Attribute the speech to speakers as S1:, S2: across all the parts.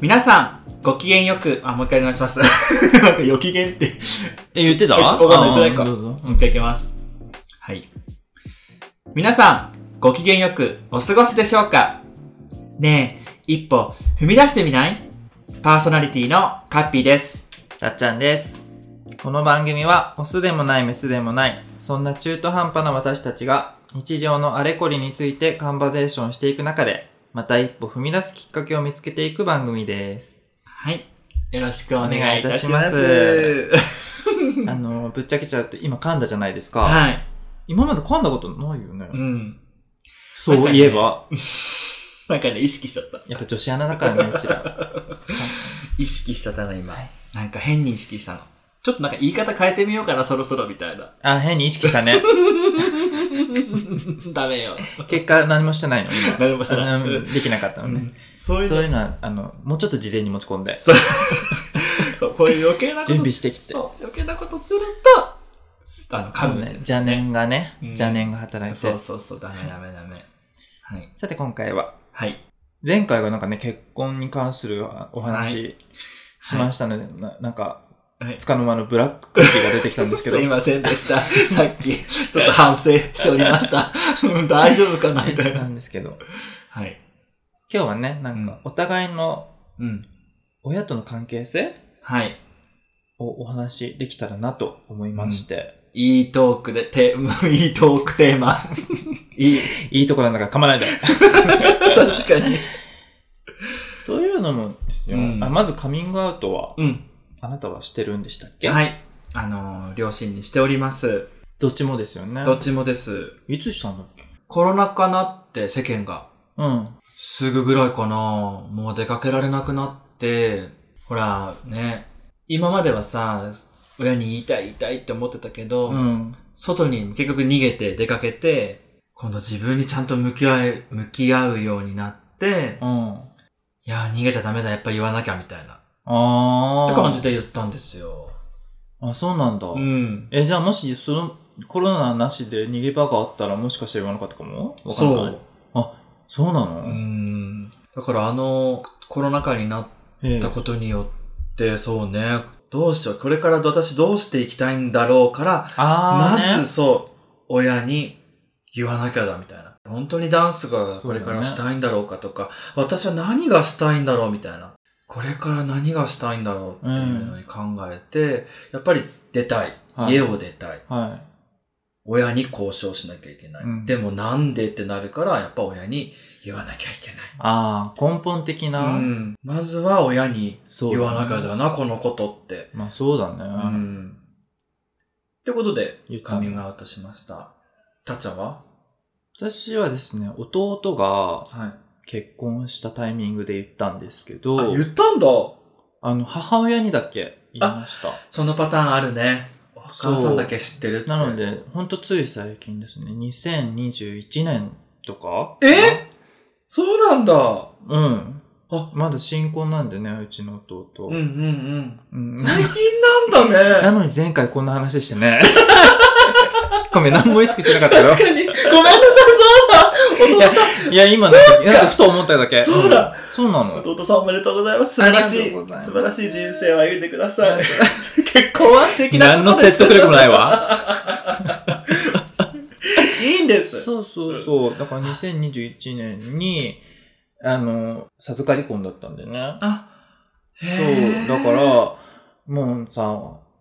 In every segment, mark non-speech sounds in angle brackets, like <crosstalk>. S1: 皆さん、ご機嫌よく、あ、もう一回お願いします。 <laughs> なんか、よ機嫌って。
S2: え、言ってた
S1: わかんない、言ってないか。
S2: あ
S1: も
S2: どうぞ
S1: う一回いきます。はい。皆さん、ご機嫌よくお過ごしでしょうかねえ、一歩踏み出してみないパーソナリティのカッピーです。
S3: たっちゃんです。この番組は、オスでもないメスでもない、そんな中途半端な私たちが、日常のあれこれについてカンバゼーションしていく中で、また一歩踏み出すきっかけを見つけていく番組
S2: <laughs>
S3: です。
S1: はい。よろしくお願いいたしま
S3: お
S1: す
S3: 願。あの、ぶっちゃけちゃうと今噛んだじゃないですか。
S1: はい。
S3: 今まで噛んだことないよね
S1: う。ん。 <laughs>
S2: そういえば。
S1: なんかね、意識しちゃった。
S3: やっぱ女子アナだからね、うちら。
S1: 意識しちゃったな、今。なんか変に意識したの。ちょっとなんか言い方変えてみようかな、そろそろみたいな。
S3: あ、変に意識した <laughs> ね。
S1: <laughs> ダメよ。
S3: 結果何もしてないの、今。
S1: 何もしてない
S3: あのできなかったのね。
S1: そういう
S3: そういうのは、あの、もうちょっと事前に持ち込ん
S1: <laughs>
S3: で。
S1: そうこういう余計なこと
S3: 準備してきて
S1: そう余計なことするとすあの噛むんです
S3: 邪念がね、
S1: うん
S3: 邪念が働いて。
S1: そうそうそうダメダメダメはい
S3: さて今回は、
S1: はい
S3: 前回がなんかね、結婚に関するお話しましたので、ななんか、
S1: はい
S3: つかの間のブラッククッキーが出てきたんですけ
S1: <laughs>
S3: ど
S1: すい、ませんでしたさっきちょっと反省しておりました <laughs> うん大丈夫かなみた
S3: 出
S1: い
S3: てた
S1: なん
S3: ですけど、
S1: はい
S3: 今日はね、なんか、お互いの
S1: うん
S3: 親との関係性
S1: はい
S3: をお話しできたらなと思いまして、
S1: いいトークで、て、 <laughs> いいトークテーマ。いい。
S3: いいとこなんだから噛
S1: <laughs>
S3: まないで。
S1: 確かに。
S3: というのもですよ、
S1: うん
S3: あまずカミングアウトは、
S1: うん。
S3: あなたはしてるんでしたっけ、
S1: はい。あのー両親にしております。
S3: どっちもですよね。
S1: どっちもです。
S3: いつしたんだっけ
S1: コロナ禍なって世間が。
S3: うん。
S1: すぐぐらいかな。もう出かけられなくなって、ほら、ね。今まではさ、親に言いたい言いたいって思ってたけど、
S3: うん。
S1: 外に結局逃げて出かけて、今度自分にちゃんと向き合い、向き合うようになって、
S3: うん。
S1: いやー、逃げちゃダメだ、やっぱ言わなきゃ、みたいな。
S3: あ
S1: って
S3: あ。
S1: 感じで言ったんですよ。
S3: あ、そうなんだ。
S1: うん。
S3: え、じゃあもし、その、コロナなしで逃げ場があったら、もしかして言わなかったかもわかんない。
S1: そう。
S3: そうなの、
S1: うん。だからあの、コロナ禍になっ
S3: ええ
S1: ったことによって、そうね。どうしよう。これから私どうしていきたいんだろうから、
S3: あ
S1: ま
S3: ー、ね、
S1: ずそう、親に言わなきゃだ、みたいな。本当にダンスがこれからしたいんだろうかとか、私は何がしたいんだろう、みたいな。これから何がしたいんだろうっていうのに考えて、やっぱり出たい。
S3: はい
S1: 家を出たい。
S3: は
S1: 親に交渉しなきゃいけない。
S3: うん
S1: でもなんでってなるから、やっぱ親に言わなきゃいけない
S3: い。。ああ、根本的な、
S1: うんまずは親に
S3: そうだ
S1: 言
S3: ね
S1: わなきゃだな、このことって。
S3: まあそうだね。
S1: うん。ってことで
S3: 言っ、た
S1: カ
S3: ね
S1: ミングアウトしました。たっちゃんは
S3: 私はですね、弟が
S1: はい。
S3: 結婚したタイミングで言ったんですけど、
S1: あ、言ったんだ
S3: あの、母親にだけ言いました。
S1: そのパターンあるね。お
S3: そう
S1: 母さんだけ知ってるって。
S3: なの。で、ほんとつい最近ですね、2021年とか
S1: えそうなんだう
S3: うん。
S1: あ
S3: まだ新婚なんでね、うちの弟。
S1: んうん
S3: うん
S1: うん。最近なんだ
S3: な <laughs>
S1: ね。
S3: のに前回こんな話して
S1: <laughs>
S3: ね。ごめん、何も意識してなかったよ
S1: 確。かに。ごめんなさい、そうだ
S3: い
S1: 弟
S3: や
S1: さ
S3: いや、今なんか、なんかふと思っただけ。
S1: そうだ。
S3: うん。そうなんの。
S1: 弟さんおめでとうございます。素晴らし
S3: あ
S1: い。
S3: りがと
S1: 素
S3: うございます
S1: 晴らしい人生を歩んでください。結婚は素敵な
S3: 何
S1: こ
S3: の
S1: とです。
S3: 説得力もな
S1: <laughs>
S3: いわ。
S1: いいんです。
S3: そうそうそう。だから2021年に、あの、授かり婚だったんだよね。
S1: あ、
S3: そ
S1: へ
S3: う。
S1: ー
S3: だから、もうさ、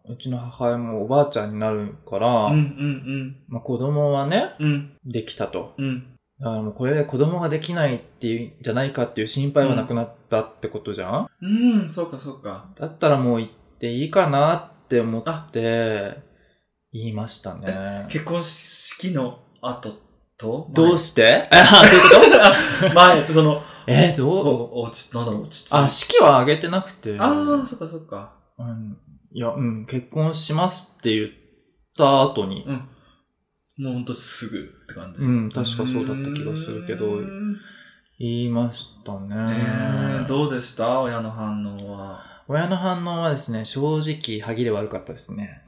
S3: うちの母親もおばあちゃんになるから、
S1: うんうん
S3: まあ子供はね、
S1: うん。うん
S3: できたと。
S1: うん。
S3: だからもうこれで子供ができないっていうんじゃないかっていう心配はなくなったってことじゃん、
S1: うん、そうかそうか。
S3: だったらもう行っていいかなって思って、言いましたね。
S1: 結婚式の後と
S3: どうしてあ、そうい
S1: <laughs>
S3: うこと
S1: 前前とその、
S3: えー、どう
S1: お、おち、なんだろう、落ち着い
S3: あ、式は挙げてなくて。
S1: ああ、そっかそっか。
S3: うん。いや、うん、結婚しますって言った後に
S1: う、ん。もうほんとすぐって感じ。
S3: うん、確かそうだった気がするけど
S1: う、ーん
S3: 言いましたね。
S1: えー、どうでした親の反応は。
S3: 親の反応はですね、正直、歯切れ悪かったですね。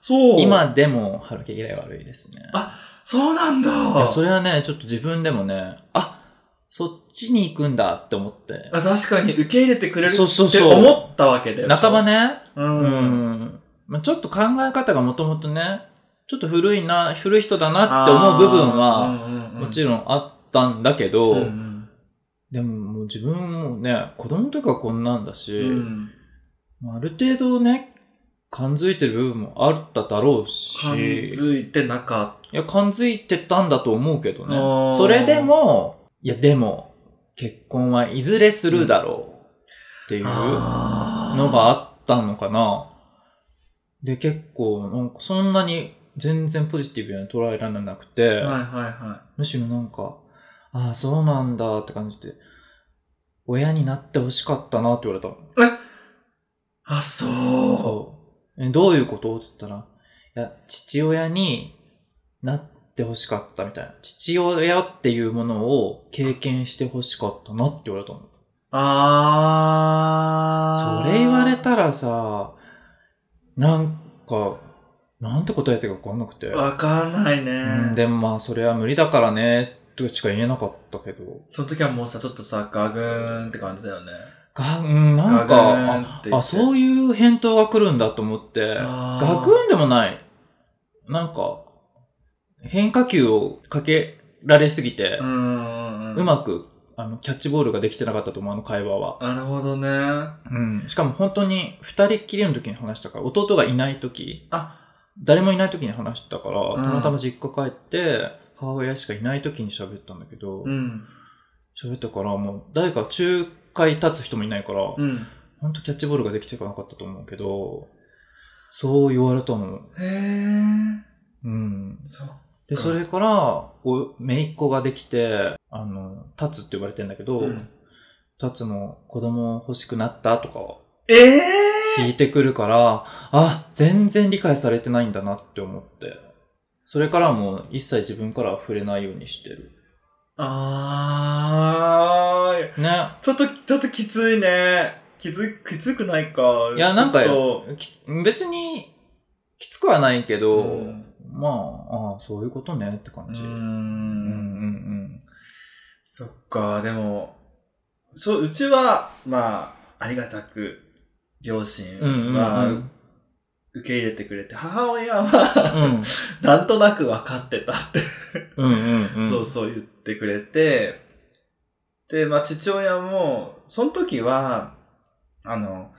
S1: そう。。
S3: 今でも、歯切れ悪いですね。
S1: あそうなんだ。
S3: いや、それはね、ちょっと自分でもね、あ、そっちに行くんだって思って。
S1: あ、確かに受け入れてくれる
S3: そうそう
S1: って
S3: そう
S1: 思ったわけだよ。
S3: 半ばね、
S1: う。
S3: うんん。まあ、ちょっと考え方がもともとね、ちょっと古いな、古い人だなって思う部分は、
S1: は
S3: もち
S1: ろ
S3: ろんあったんだけど、
S1: うんうん
S3: でももう自分もね、子供の時はこんなんだし、
S1: うん。
S3: まあある程度ね、感づいてる部分もあっただろう
S1: 感
S3: し、
S1: づいてなかっ
S3: いや、感づいてたんだと思うけどね
S1: あー。
S3: それでも、いや、でも、結婚はいずれするだろうっていう
S1: た。
S3: の
S1: あー
S3: があったのかな。で、結構、なんかそんなに全然ポジティブには捉えられなくて、
S1: はいはいはい。
S3: むしろなんか、ああ、そうなんだって感じで、親になってほしかったなって言われたもん。
S1: あ、そ
S3: そう。え、どういうことって言ったら、いや、父親になってほしかったみたいな。父親っていうものを経験してほしかったなって言われたの。
S1: う。あ
S3: そ
S1: ー。
S3: れ言われたらさ、なんか、なんて答えていいかわかんなくて。
S1: わかんない
S3: うん、
S1: ね。
S3: でもまあ、それは無理だからね、としか言えなかったけど。
S1: その時はもうさ、ちょっとさ、ガグーンって感じだよね。
S3: が、うん、なん
S1: ガク
S3: か、
S1: ンって言って
S3: ああ、そういう返答が来るんだと思って、
S1: あー
S3: ガクンでもない。なんか、変化球をかけられすぎて
S1: う、ん。
S3: うまく、あの、キャッチボールができてなかったと思う、あの会話は。
S1: なるほどね。
S3: うん。しかも本当に、二人っきりの時に話したから、弟がいない時、
S1: あ、
S3: 誰もいない時に話したか
S1: ん
S3: ら、たまたま実家帰って、母親しかいない時に喋ったんだけど
S1: う、ん。
S3: 喋ったから、もう、誰か仲介立つ人もいないから、
S1: うん。
S3: ほんとキャッチボールができてなかったと思うけど、そう言われたの。
S1: へー。
S3: うん。
S1: そっか。
S3: で、それから、こう、姪っ子ができて、あの、タツって呼ばれてんだけど、
S1: うん
S3: タツも子供欲しくなったとか
S1: ええ
S3: 聞いてくるから、あ、全然理解されてないんだなって思って。それからもう一切自分からは触れないようにしてる。
S1: あー、
S3: ね。
S1: ちょっと、ちょっときついね。きつ、きつくないか。
S3: いや、なんか
S1: ちょっ、
S3: き別に、きつくはないけど、
S1: うん
S3: まあ、ああ、そういうことねって感
S1: とう
S3: じ。
S1: ー。
S3: うんうんうんん。
S1: そっか、でも、そう、うちは、まあ、ありがたく、両親
S3: うんうんうん
S1: は受け入れてくれて、母親は、 <laughs>
S3: う
S1: なんとなく分かってたって、
S3: んうんう
S1: <laughs>
S3: ん。
S1: そうそう言ってくれて、で、まあ、父親も、その時は、あの、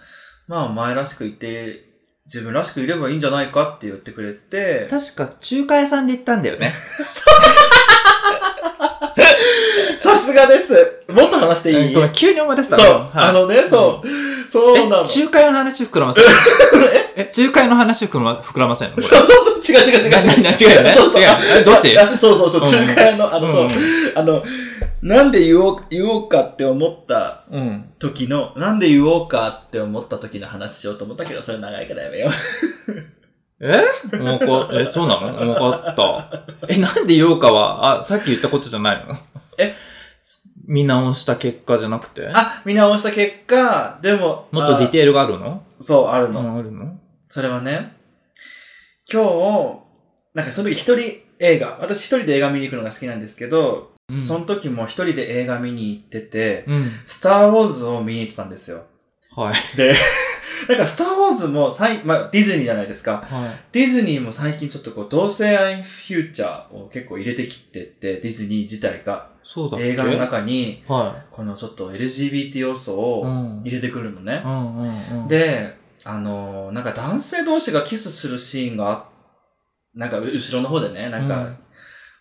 S1: まあ、お前らしくいて、自分らしくいればいいんじゃないかって言ってくれて、
S3: 確か、仲介さんで行ったんだよね。
S1: さすがですもっと話していい
S3: ごめん、急に思い出した
S1: そう、
S3: の
S1: あ、のね、そう、そう
S3: はい
S1: なの。
S3: え、仲介の話膨らま
S1: <laughs>
S3: せるえ、仲介の話膨らま膨らませんのこれ
S1: そうそうそう、違う違う違う違う。
S3: なな違うよね
S1: そうそう
S3: 違うえどっち
S1: あそうそうそう、
S3: うん
S1: 中華屋の、あの、そう、あの、なんで言おう、言おうかって思った
S3: うん。うん。
S1: 時の、なんで言おうかって思った時の話しようと思ったけど、それ長いからやめよう。
S3: えもうこ、え、そうなのわかった。え、なんで言おうかは、あ、さっき言ったことじゃないの
S1: え
S3: 見直した結果じゃなくて
S1: あ、見直した結果、でも、
S3: もっとディテールがあるの
S1: あそう、ある
S3: う
S1: の。
S3: ん、あるの
S1: それはね、今日、なんかその時一人映画、私一人で映画見に行くのが好きなんですけど、
S3: うん
S1: その時も一人で映画見に行ってて、
S3: うん。
S1: スターウォーズを見に行ってたんですよ。
S3: はい。
S1: で、なんかスターウォーズもさい、まあ、ディズニーじゃないですか。
S3: は
S1: ディズニーも最近ちょっとこう、同性愛フューチャーを結構入れてきてて、ディズニー自体が
S3: い。そうだっけ
S1: 映画の中に、
S3: は
S1: このちょっと LGBT 要素
S3: い。う
S1: を
S3: ん。
S1: 入れてくるのね
S3: う。んうんうん。、
S1: で、あのーなんか男性同士がキスするシーンが、なんか後ろの方でね、なんか、
S3: うん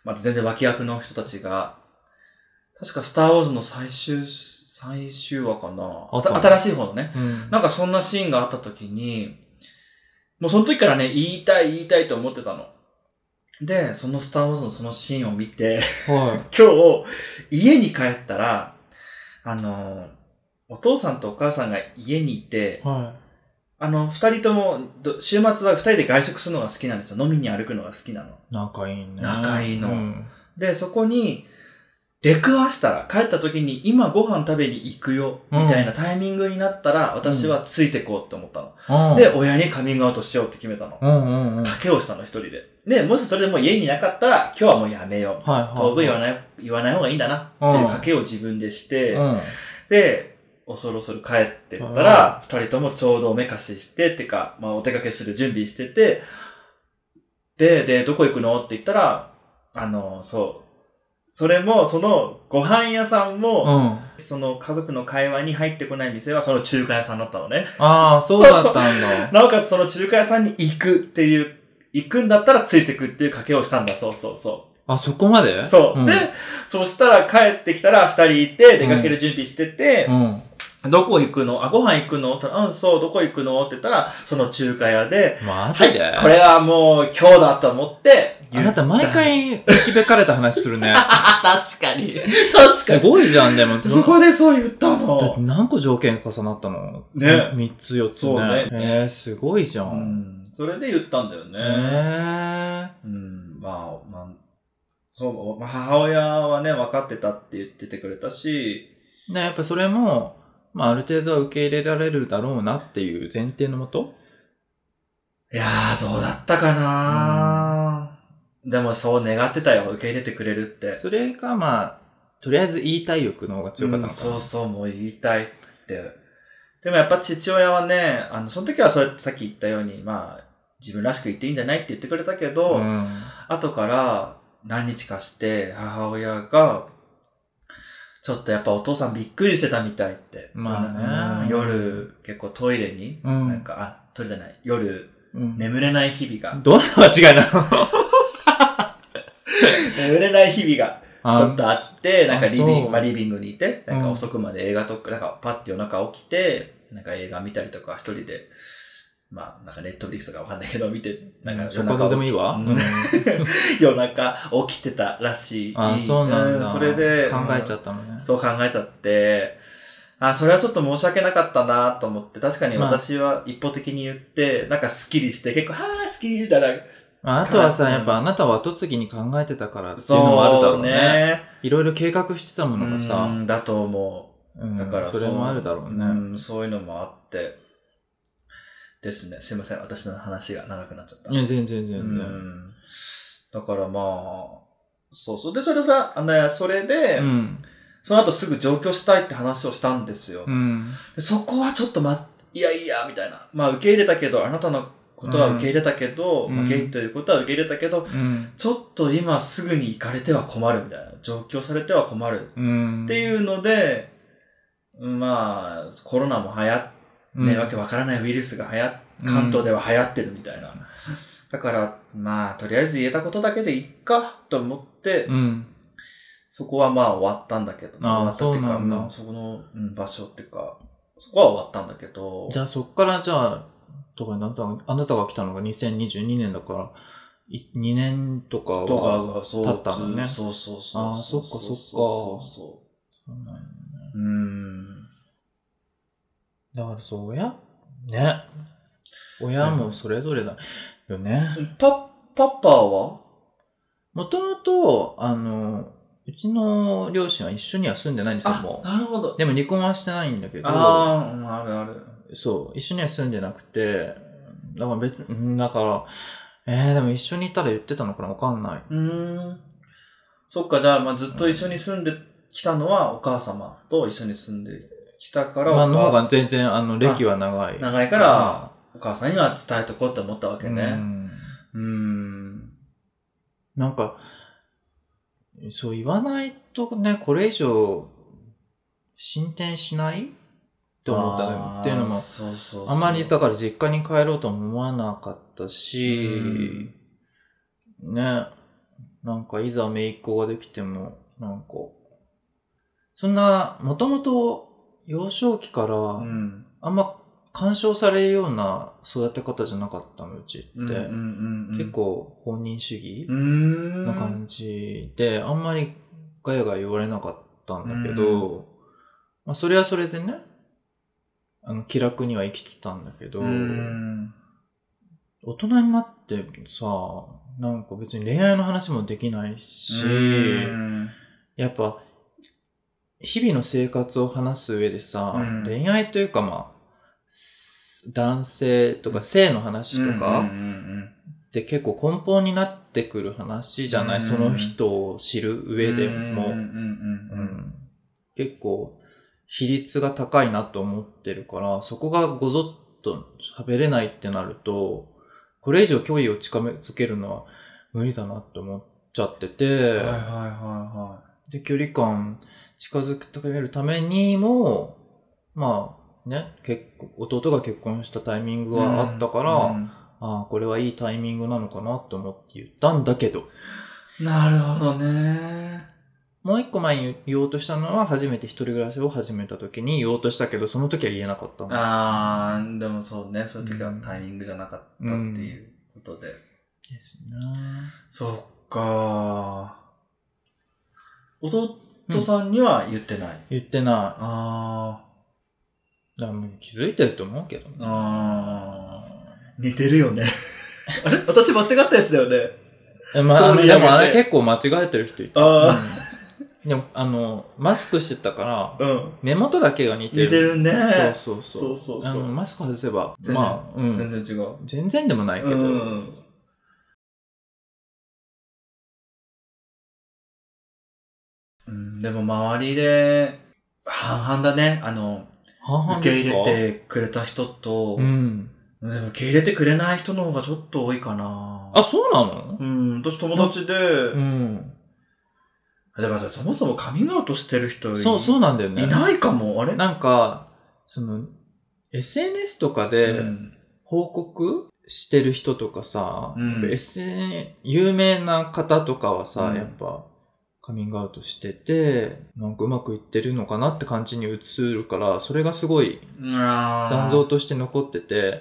S1: また全然脇役の人たちが、確かスターウォーズの最終、最終話かな。
S3: あったの
S1: あた新しい方のね。
S3: うん。
S1: なんかそんなシーンがあった時に、もうその時からね、言いたい言いたいと思ってたの。で、そのスターウォーズのそのシーンを見て、 <laughs>
S3: はい。
S1: 今日、家に帰ったら、あの、お父さんとお母さんが家にいて、
S3: は
S1: あの、二人ともど、週末は二人で外食するのが好きなんですよ。飲みに歩くのが好きなの。
S3: い。仲いいね。
S1: 仲いいの
S3: うん
S1: で、そこに、出くわしたら、帰った時に今ご飯食べに行くよ、みたいなタイミングになったら、私はついてこうって思ったの。
S3: うん
S1: で、、親にカミングアウトしようって決めたの。
S3: うんうんうん。はい
S1: 賭けをしたの、一人で。で、もしそれでもう家にいなかったら、今日はもうやめよう。
S3: はい。
S1: 当分言わない、言わない方がいいんだな。っていう賭けを自分でして、
S3: うん。
S1: で、恐る恐る帰ってったら、二人ともちょうどおめかしして、ってか、まあお出かけする準備してて、で、で、どこ行くのって言ったら、あの、そう。それも、その、ご飯屋さん
S3: う
S1: も、
S3: ん。
S1: その家族の会話に入ってこない店は、その中華屋さんだったのね。
S3: ああ、そうだったんだ。
S1: なおかつその中華屋さんに行くっていう、行くんだったらついてくっていう賭けをしたんだ、そうそうそ
S2: あ、そこまで
S1: う。そう。
S3: うん
S1: で、そしたら帰ってきたら二人いて、出かける準備してて、
S3: うん。
S1: どこ行くのあ、ご飯行くのって言ったら、うん、そう、どこ行くのって言ったら、その中華屋で、
S2: マ
S1: は
S2: ジ
S1: い
S2: で、
S1: これはもう今日だと思って、
S2: あなた毎回、導かれた話するね。
S3: <laughs>
S2: <laughs>
S1: 確かに。確か
S2: す
S1: に。
S2: ごいじゃん、で
S1: <laughs>
S2: も。
S1: そこでそう言った
S2: だって
S1: の。
S2: 何個条件重なったの
S1: ね
S2: み三つ四つね。
S1: そうね
S2: えー、すごいじゃ。
S1: うんん、それで言ったんだよね。
S2: えー。
S1: うん、まあ、まあ、そう、まあ母親はね、分かってたって言っててくれたし、
S3: で、やっぱそれも、まあ、ある程度は受け入れられるだろうなっていう前提のもと
S1: いやー、どうだったかなでもそう願ってたよ、受け入れてくれるって。
S3: それか、まあ、とりあえず言いたい欲の方が強かったのかな。
S1: うんそうそう、もう言いたいって。でもやっぱ父親はね、あの、その時はそれさっき言ったように、まあ、自分らしく言っていいんじゃないって言ってくれたけど、
S3: うん。
S1: 後から何日かして母親が、ちょっとやっぱお父さんびっくりしてたみたいって。
S3: まあね
S1: うん夜、結構トイレに、
S3: うん
S1: なんか、あ、トイレじゃない、夜、
S3: うん
S1: 眠れない日々が、
S3: どんな間違いなの
S1: 眠れない日々が、 <laughs> ちょっとあって、なんかリビ
S3: あ
S1: ン
S3: そ
S1: グ、
S3: う
S1: まあリビングにいて、なん
S3: う
S1: か
S3: ん
S1: 遅くまで映画とか、なんかパッて夜中起きて、なんか映画見たりとか一人で、まあなんかネットフリックスとかわかんないけど見て、なんか
S3: そ
S1: 夜
S3: こど
S2: うでも
S1: 中
S3: うでも
S2: い
S3: い
S2: い
S3: い
S2: わ
S3: わ。
S1: うん <laughs> 夜中起きてたらしい。
S3: あ、そうなん
S1: う
S3: だ。
S1: それで、
S3: 考えちゃ
S1: っ
S3: ったのね
S1: た。。そう考えちゃって、あ、それはちょっと申し訳なかったなと思って、確かに私は一方的に言って、なんかスッキリして、結構、はぁ、スッキリみたいな。
S3: まあ、あとは
S1: う
S3: さ、
S1: ん
S3: やっぱあなたは後継ぎに考えてたからっていうのもあるだろ
S1: そうう
S3: ね。
S1: ね。
S3: いろいろ計画してたものが
S1: う
S3: さ、
S1: んだと思う。
S3: うん
S1: だから
S3: それもあるだろうね。
S1: ん、そういうのもあって、ですね。すいません。私の話が長くなっちゃった。
S3: いや、全然全
S1: う
S3: 然。
S1: ん。だからまあ、そうそう。で、それが、あのそれで、
S3: うん。
S1: その後すぐ上京したいって話をしたんですよ。
S3: うん。
S1: でそこはちょっと待っいやいや、みたいな。まあ、受け入れたけど、あなたのことは受け入れたけど、
S3: うん
S1: まあ、ゲイということは受け入れたけど、
S3: うん。
S1: ちょっと今すぐに行かれては困るみたいな。上京されては困る。
S3: うん。
S1: っていうので、まあ、コロナも流行っ
S3: うん、
S1: ね、わけわからないウイルスが流行っ、
S3: うん
S1: 関東では流行ってるみたいな。だから、まあ、とりあえず言えたことだけでいっか、と思って、
S3: うん。
S1: そこはまあ終わったんだけど、終
S3: あ
S1: わ
S3: あ
S1: ったっていう
S3: そうな
S1: か、
S3: んだ
S1: うんそこの、うん、場所っていうか、そこは終わったんだけど、
S3: じゃあそっから、じゃあ、とか、あなたが、あなたが来たのが2022年だから、い2年とかは
S1: とかが、そう、
S3: 経ったのね
S1: そうそうそう。
S3: ああそっかそっか
S1: そうそ
S3: そうなんだ
S1: う。うん。
S3: だからそう、親ね。親もそれぞれだよね。
S1: パ、パパは
S3: もともと、あの、うちの両親は一緒には住んでないんですよ、
S1: あ
S3: も、う。
S1: なるほど。
S3: でも離婚はしてないんだけど、
S1: ああ、うんあるある。
S3: そう、一緒には住んでなくて、だから別、うんだから、えー、でも一緒にいたら言ってたのかなわかんない。
S1: うーん。そっか、じゃあ、まあ、ずっと一緒に住んできたのは、お母様と一緒に住んできたから、
S3: まあ、
S1: お
S3: の方
S1: 母
S3: が
S1: さん
S3: 全然、あの、歴は長い。
S1: 長いから、お母さんには伝えとこうと思ったわけ
S3: うん
S1: ね。うーん。
S3: なんか、そう言わないとね、これ以上、進展しないって思った
S1: あー
S3: のっていうのも、
S1: そうそうそう
S3: あまりだから実家に帰ろうとも思わなかったし、ね、なんかいざ姪っ子ができても、なんか、そんな、もともと幼少期から、
S1: うん。
S3: あんま干渉されるような育て方じゃなかったの、うちって。
S1: うんうんうんうん
S3: 結、構放任主義
S1: うーん。
S3: な感じで、あんまりガヤガヤ言われなかったんだけど、まあそれはそれでね、あの気楽には生きてたんだけど、
S1: うーん。
S3: 大人になってさ、なんか別に恋愛の話もできないし、
S1: うーん
S3: やっぱ日々の生活を話す上でさ、
S1: うん
S3: 恋愛というかまあ、す男性とか性の話と
S1: うんう
S3: か
S1: んうん
S3: って結構根本になってくる話じゃない、
S1: うん
S3: その人を知る
S1: うん
S3: 上でも、
S1: うんうん
S3: う
S1: うんうん
S3: ん結構比率が高いなと思ってるから、そこがごぞっと喋れないってなると、これ以上距離を近づけるのは無理だなって思っちゃってて、
S1: はいはいは
S3: で、距離感近づけるためにも、まあね、結婚弟が結婚したタイミング
S1: いはい。
S3: があったから、
S1: うん
S3: ああ、これはいいタイミングなのかなと思って言ったんだけど、
S1: なるほどね。
S3: もう一個前に言おうとしたのは、初めて一人暮らしを始めた時に言おうとしたけど、その時は言えなかったの
S1: あー、でもそうね、そういう時はタイミングじゃなかったっていうことで。
S3: です
S1: そっか弟さんには言ってない。
S3: ね。言ってな
S1: あ
S3: い。だからもう気づいてると思うけどね
S1: ー。。あー。似てるよね。あれ私間違ったやつだよね。
S3: えまあ、
S1: ストーリー上げて
S3: でもあれ結構間違えてる人いた。
S1: あ
S3: うんでも、あの、マスクしてたから、
S1: うん。
S3: 目元だけが似てる。
S1: 似てるね
S3: そうそうそ
S1: そう
S3: う。
S1: そうそう
S3: あのマスク外せば、
S1: 全然
S3: まあ、うん。
S1: 全然違う。
S3: 全然でもないけど。
S1: うん。うん、でも周りで、半々だね。あの、
S3: 半々
S1: 受け
S3: です
S1: 入
S3: か
S1: れてくれた人と、
S3: うん。
S1: でも受け入れてくれない人の方がちょっと多いかな。
S3: あ、そうなの
S1: うん、私友達で、
S3: うん。
S1: でもさ、そもそもカミングアウトしてる人い
S3: そう、そうなんだよね。
S1: いないかも、あれ
S3: なんか、その、SNS とか
S1: う
S3: で
S1: ん
S3: 報告してる人とかさ、
S1: うん
S3: やっぱ SN、有名な方とかはさ、
S1: うん
S3: やっぱ、カミングアウトしてて、なんかうまくいってるのかなって感じに映るから、それがすごい残
S1: 残
S3: 像として残ってて、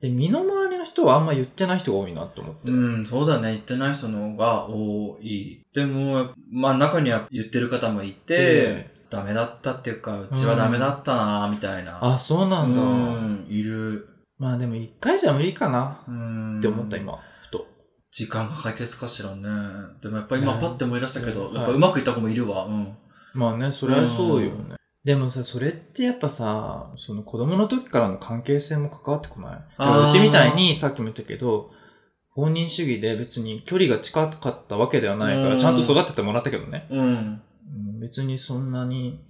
S3: で、身の回りの人はあんま言ってない人が多いなと思って。
S1: うん、そうだね。言ってない人の方が多い。でも、まあ中には言ってる方もいて、
S3: で
S1: ダメだったっていうか、うちはダメだったなみたいな。
S3: あ、そうなんだ。
S1: うん、いる。
S3: まあでも一回じゃ無理かな
S1: うん。
S3: って思った。今、ふと。
S1: 時間が解決かしらね。でもやっぱ今
S3: ね
S1: パッて思い出したけど、
S3: うん
S1: やっぱうまくいった子もいるわ。うん。
S3: まあね、それはそうよね。
S1: う
S3: でもさ、それってやっぱさ、その子供の時からの関係性も関わってこないだ
S1: あー
S3: からうちみたいに、さっきも言ったけど、放任主義で別に距離が近かったわけではないか
S1: う
S3: ら、
S1: ん
S3: ちゃんと育ててもらったけどね。
S1: うん。
S3: うん別にそんなに、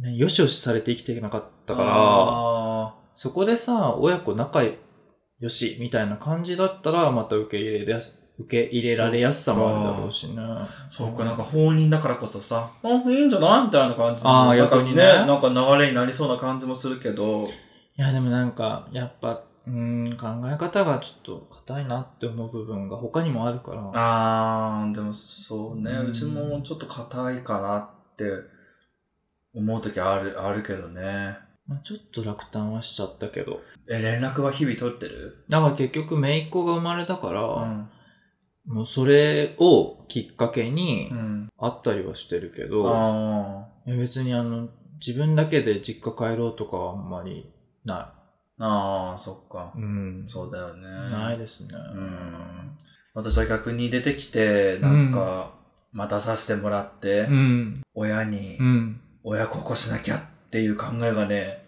S3: ね、よしよしされて生きてなかったから、
S1: あ
S3: そこでさ、親子仲良しみたいな感じだったら、また受け入れやす、受け入れられやすさもあるだろうしね。
S1: ーそうか、なんか放任だからこそさ、あ、いいんじゃないみたいな感じで
S3: あー
S1: なんか
S3: 逆にね
S1: なんか流れになりそうな感じもするけど。
S3: いや、でもなんか、やっぱ、うーん、考え方がちょっと硬いなって思う部分が他にもあるから。
S1: あー、でもそうね、
S3: うん
S1: うちもちょっと硬いかなって思う時ある、あるけどね。
S3: まあ、ちょっと落胆はしちゃったけど。
S1: え、連絡は日々取ってる
S3: だから結局、姪っ子が生まれたから、
S1: うん。
S3: もうそれをきっかけに
S1: うん。
S3: 会ったりはしてるけど、
S1: あ
S3: いや別にあの、自分だけで実家帰ろうとかはあんまりな
S1: ー、あー、そっか
S3: い。。うん。
S1: そうだよね。
S3: ないですね。
S1: うん。私は逆に出てきて、なんか、待たさせてもらって、
S3: うん。
S1: 親に
S3: う、ん。
S1: 親孝行しなきゃっていう考えがね、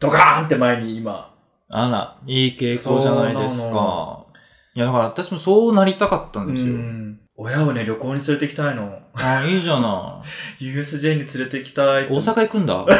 S1: ドカーンって前に今。
S3: あら、いい傾向じゃないです
S1: そうな
S3: か。いや、だから私もそうなりたかった
S1: うん
S3: ですよ。
S1: ん。親をね、旅行に連れてきたいの。
S3: あ、いいじゃない。
S1: USJ に連れてきたいって
S3: 大
S1: 思って
S3: 阪行く
S1: <laughs>
S3: んだ。 <laughs>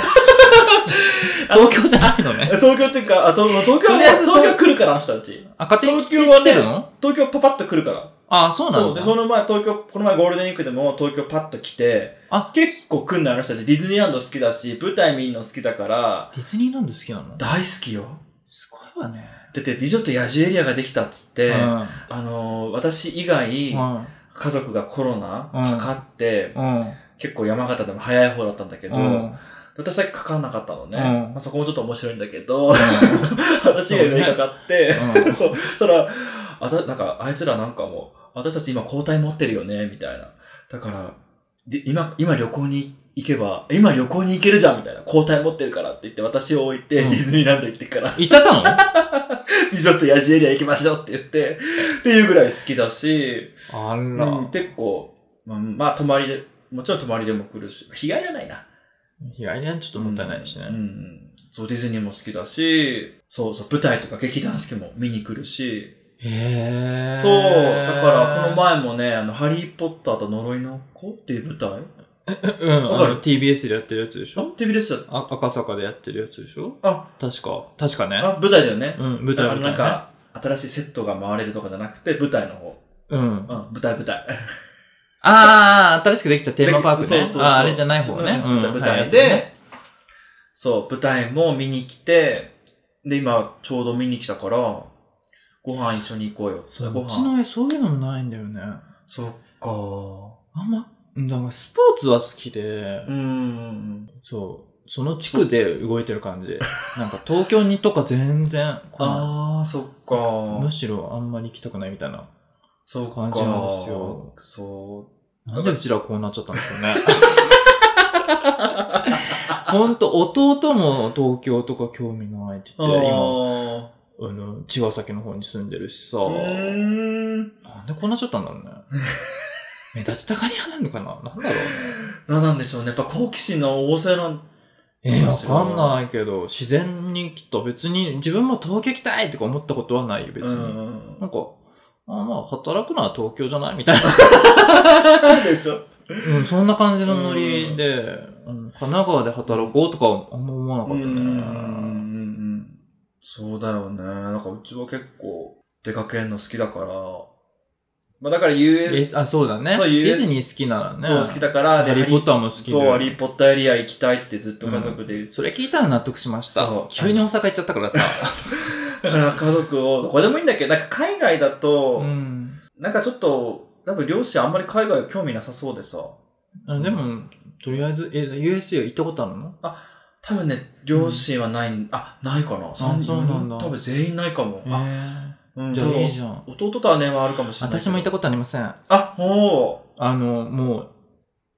S3: 東京じゃないのね。
S1: 東京っていうか、あ、東東京
S3: と
S1: は、
S3: りあえず
S1: 東京は来るから、あの人たち。
S3: あ、勝手に来て,、
S1: 東京はね
S3: 来てるの
S1: 東京パパッと来るから。
S3: あ、そうな
S1: そ
S3: ん
S1: う。
S3: だ。
S1: で、その前、東京、この前ゴールデンウィークでも東京パッと来て、
S3: あ、デ
S1: 結構来んの、あの人たち。ディズニーランド好きだし、舞台見るの好きだから、
S3: ィズニーランド好きなの
S1: 大好きよ。
S3: すごいわね。
S1: だって、美女と野獣エリアができたっつって、
S3: うん。
S1: あのー私以外、
S3: うん。
S1: 家族がコロナ
S3: うん
S1: かかって、
S3: うん。
S1: 結構山形でも早い方だったんだけど、
S3: うん。
S1: 私だけかかんなかったのね。
S3: う
S1: ま
S3: ん
S1: あ、そこもちょっと面白いんだけど、 <laughs> 私以外がかかって、 <laughs> そう、そしたら、あた、なんか、あいつらなんかもう、私たち今交代持ってるよね、みたいな。だから、で、今、今旅行に行けば、今旅行に行けるじゃん、みたいな。交代持ってるからって言って、私を置いて、
S3: うん
S1: ディズニーランド行ってから、 <laughs>
S3: 行っちゃったの
S1: リゾート野獣エリア行きましょうって言って、っていうぐらい好きだし、
S3: あ
S1: うん結構、まあ、まあ、泊まりで、もちろん泊まりでも来るし、日帰りはないな。
S3: 日帰りはちょっともったいないしね。
S1: うんうん。そう、ディズニーも好きだし、そうそう、舞台とか劇団四季も見に来るし、
S3: へえ。
S1: そう、だからこの前もね、あの、ハリーポッターと呪いの子っていう舞台
S3: 前、うん、
S1: わかる
S3: あの TBS でやってるやつでし
S1: あ
S3: ょ、
S1: テレビです
S3: あ赤坂でやってるやつでしょ
S1: あ、
S3: 確か。確かね。
S1: あ、舞台だよね。
S3: うん、
S1: あの
S3: 舞台みたい
S1: なん
S3: ね。
S1: か、新しいセットが回れるとかじゃなくて、舞台の方。
S3: うん
S1: う。ん、舞台舞台。
S3: ああ、新しくできたテーマパーク
S1: <laughs>
S3: ね。
S1: そうそうそう
S3: あーあれじゃない方ね。
S1: そう舞台
S3: うん
S1: 舞台
S3: はい
S1: で、そう、舞台も見に来て、で、今、ちょうど見に来たから、ご飯一緒に行こうよ。
S3: そう
S1: ご
S3: うち
S1: 飯。
S3: の絵そういうのもないんだよね。
S1: そっか
S3: あんま、だからスポーツは好きで、
S1: うーん。
S3: そう、その地区で動いてる感
S1: <laughs>
S3: じ。なんか東京にとか全然来な
S1: あー、そっ
S3: い、む
S1: か
S3: しろあんまり行きたくないみたいな。
S1: そっか
S3: 感じなんですよ
S1: そ
S3: なんでうちらこうなっちゃったんですかね。
S1: <laughs>
S3: ほんと、弟も東京とか興味ないって
S1: う。
S3: 言って、今、
S1: あ
S3: あの、茅ヶ崎の方に住んでるしさ。
S1: ー。うーん。
S3: なんでこんなっちゃったんだ
S1: <laughs>
S3: ろうね。目立ちたがり屋なのかななんだろうね。
S1: なんなんでしょうね。やっぱ好奇心の旺盛なん
S3: えー、
S1: 面
S3: わ
S1: 白い
S3: かんないけど、自然にきっと別に自分も東京行きたいとか思ったことはないよ、別に。
S1: うん
S3: なんか、あまあ、働くのは東京じゃないみたいな。
S1: でしょ
S3: うん、 <laughs> そんな感じのノリで、うん、神奈川で働こうとかはあんま思わなか
S1: うん
S3: った
S1: うんうんう
S3: ね。
S1: んそうだよね。なんかうちは結構出かけるの好きだから、まあだから US、
S3: えあ、そうだね。
S1: そう
S3: ディ
S1: US
S3: ズニー好きならね。
S1: そう好きだから、
S3: ハリー・ポッターも好きで。
S1: そう、ハリーポッターエリア行きたいってずっと家族で言って、
S3: それ聞いたら納得しました
S1: そう。
S3: 急に大阪行っちゃったからさ。
S1: だから家族を、どこでもいいんだけど、なんか海外だと、
S3: うん。
S1: なんかちょっと、多分両親あんまり海外興味なさそうでさ、
S3: あでも、とりあえず、え、USJ 行ったことあるの
S1: 多分ね、両親はない、あ、ないかな。三人
S3: そうなんだ
S1: 多分全員ないかも。あ、
S3: え
S1: うん、
S3: じ
S1: 多
S3: ゃあいい
S1: 分
S3: じゃん。
S1: 弟とはね、はあるかもしれないけど。
S3: 私も行ったことありません。
S1: あ、ほう。
S3: あの、もう、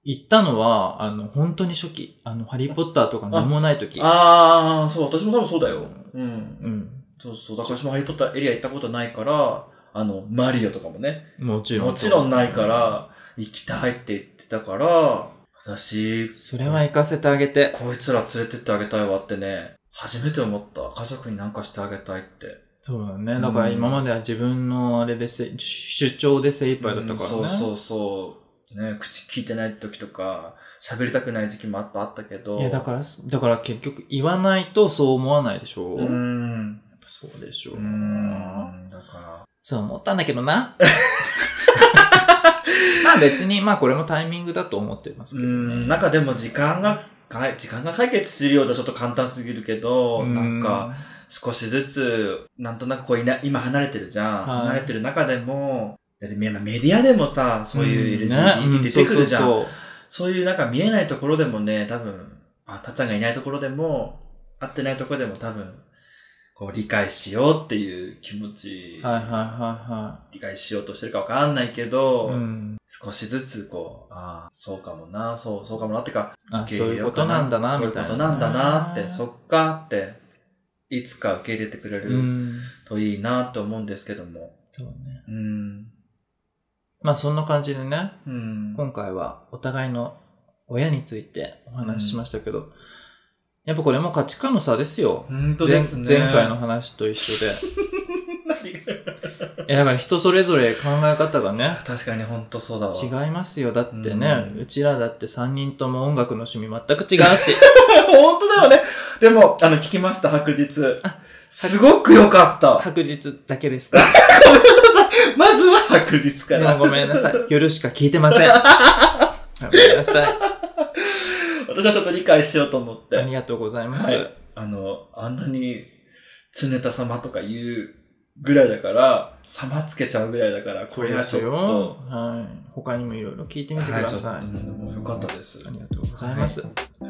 S3: 行ったのは、あの、本当に初期。あの、ハリーポッターとか何もない時。
S1: ああ、そう、私も多分そうだよ。うん。
S3: うん。
S1: そうそう、だから私もハリーポッターエリア行ったことないから、あの、マリオとかもね、
S3: もちろん。
S1: もちろんないか。ら、行きたいって言ってたから、私、
S3: それは行かせてあげて。
S1: こいつら連れてってあげたいわってね、初めて思った。家族になんかしてあげたいって。
S3: そうだね。だから今までは自分のあれでせ、主張で精一杯だったからね。
S1: うんそうそうそう。ね、口聞いてない時とか、喋りたくない時期もあったあったけど。
S3: いや、だから、だから結局言わないとそう思わないでしょ
S1: うーん。
S3: やっぱそうでしょ
S1: うーん。だから。
S3: そう思ったんだけど
S1: <laughs>
S3: な。まあ別に、まあこれもタイミングだと思ってます
S1: う
S3: けどね。
S1: ん、なんかでも時間が、か時間が解決するようじゃちょっと簡単すぎるけど、
S3: う
S1: なんか、少しずつ、なんとなくこういな、今離れてるじゃん。
S3: はい
S1: 離れてる中でも、だってメメディアでもさ、そういう
S3: うんね
S1: LGBT 出てくるじゃん。
S3: う
S1: そう
S3: そうそう
S1: いうなんか見えないところでもね、多分、あ、たっちゃんがいないところでも、会ってないところでも多分、こう理解しようっていう気持ち、
S3: はいはいは
S1: 理解しようとしてるかわかんないけど、
S3: いはい。うん。
S1: 少しずつこう、ああ、そうかもな、そう、そうかもなってか、
S3: あ、
S1: 受
S3: そう
S1: け入れ
S3: いう
S1: よ
S3: こと
S1: か
S3: なんだな、みたい
S1: そうい
S3: な。
S1: うことなんだなって、そっかって、いつか受け入れてくれ
S3: う
S1: る
S3: ん。
S1: といいなと思うんですけども。
S3: そうね。
S1: うん。
S3: まあそんな感じでね、
S1: うん。
S3: 今回はお互いの親についてお話ししましたけど、やっぱこれも価値観の差ですよ。
S1: 本当ですね。
S3: 前前回の。話と一緒で。いや、だから人それぞれ考え方がね、
S1: <laughs> 確かに本当そうだわ。
S3: 違
S1: う。
S3: いますよ。だってね、
S1: う
S3: うんちらだって3人とも音楽の趣味全く違う <laughs> し。
S1: <laughs> 本当だよね。でも、あの、聞きました、白日。すごく良かった。
S3: 白日だけですか
S1: まずは白日か
S3: で
S1: ら
S3: も。ごめんな <laughs> さい。夜しか聞いてません。ごめんなさい。
S1: 私はちょっと理解しようと思っ
S3: あ
S1: て。
S3: りがとうございます。
S1: はいあの、あんなに、常ネタ様とか言うぐらいだから、様つけちゃうぐらいだから、こ
S3: そう
S1: れは
S3: で
S1: ち
S3: す
S1: ょっ
S3: よ。
S1: と、
S3: はい。他にもいろいろ聞いてみてください。
S1: はいちょっとうんよかったです
S3: ありがとうございます。
S1: は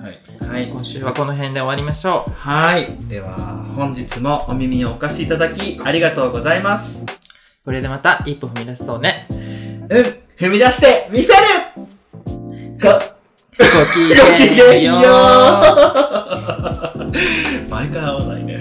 S1: い。はい。
S3: 今週はこの辺で終わりましょう。
S1: はい。では、本日もお耳をお貸しいただき、ありがとうございます。
S3: これでまた一歩踏み出せそうね。
S1: うん、踏み出して、見せる
S3: <laughs>
S1: ご、
S3: <laughs> ごき
S1: ごき
S3: げ
S1: <laughs> げ
S3: ん
S1: ん
S3: よ
S1: よ
S3: う。
S1: う毎回合わないね。